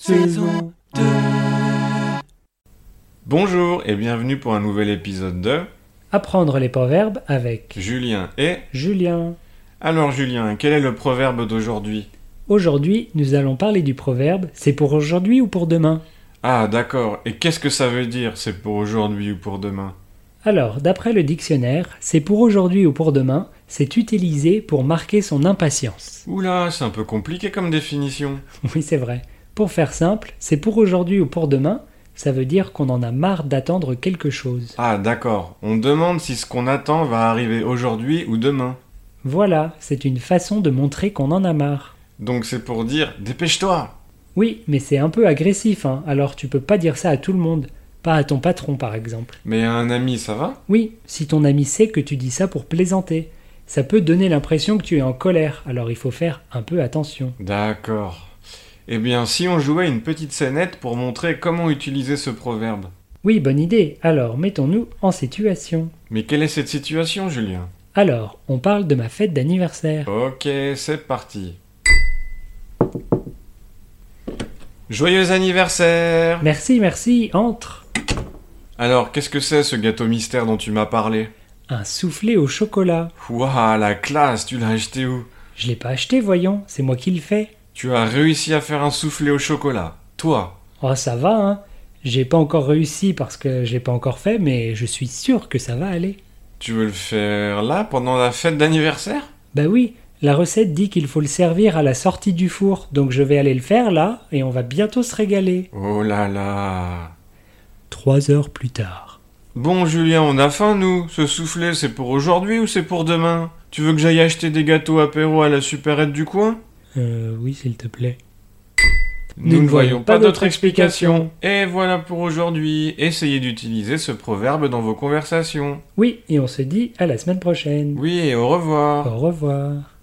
saison 2. Bonjour et bienvenue pour un nouvel épisode de Apprendre les proverbes avec Julien et... Julien. Alors Julien, quel est le proverbe d'aujourd'hui Aujourd'hui, nous allons parler du proverbe C'est pour aujourd'hui ou pour demain Ah d'accord, et qu'est-ce que ça veut dire c'est pour aujourd'hui ou pour demain Alors, d'après le dictionnaire, C'est pour aujourd'hui ou pour demain, c'est utilisé pour marquer son impatience. Oula, c'est un peu compliqué comme définition. Oui, c'est vrai. Pour faire simple, c'est pour aujourd'hui ou pour demain, ça veut dire qu'on en a marre d'attendre quelque chose. Ah d'accord, on demande si ce qu'on attend va arriver aujourd'hui ou demain. Voilà, c'est une façon de montrer qu'on en a marre. Donc c'est pour dire dépêche-toi Oui, mais c'est un peu agressif, hein, alors tu peux pas dire ça à tout le monde. Pas à ton patron, par exemple. Mais à un ami ça va Oui, si ton ami sait que tu dis ça pour plaisanter. Ça peut donner l'impression que tu es en colère, alors il faut faire un peu attention. D'accord. Eh bien si on jouait une petite scénette pour montrer comment utiliser ce proverbe. Oui, bonne idée. Alors, mettons-nous en situation. Mais quelle est cette situation Julien Alors, on parle de ma fête d'anniversaire. Ok, c'est parti. Joyeux anniversaire Merci, merci, entre. Alors, qu'est-ce que c'est ce gâteau mystère dont tu m'as parlé Un soufflé au chocolat. Ouah, la classe, tu l'as acheté où Je l'ai pas acheté, voyons, c'est moi qui le fais. Tu as réussi à faire un soufflé au chocolat. Toi Oh, ça va, hein. J'ai pas encore réussi parce que je l'ai pas encore fait, mais je suis sûr que ça va aller. Tu veux le faire là, pendant la fête d'anniversaire Bah oui, la recette dit qu'il faut le servir à la sortie du four, donc je vais aller le faire là, et on va bientôt se régaler. Oh là là Trois heures plus tard. Bon Julien, on a faim nous Ce soufflé, c'est pour aujourd'hui ou c'est pour demain Tu veux que j'aille acheter des gâteaux apéro à la supérette du coin Euh, oui, s'il te plaît. Nous, ne voyons pas d'autre explication. Et voilà pour aujourd'hui. Essayez d'utiliser ce proverbe dans vos conversations. Oui, et on se dit à la semaine prochaine. Oui, et au revoir. Au revoir.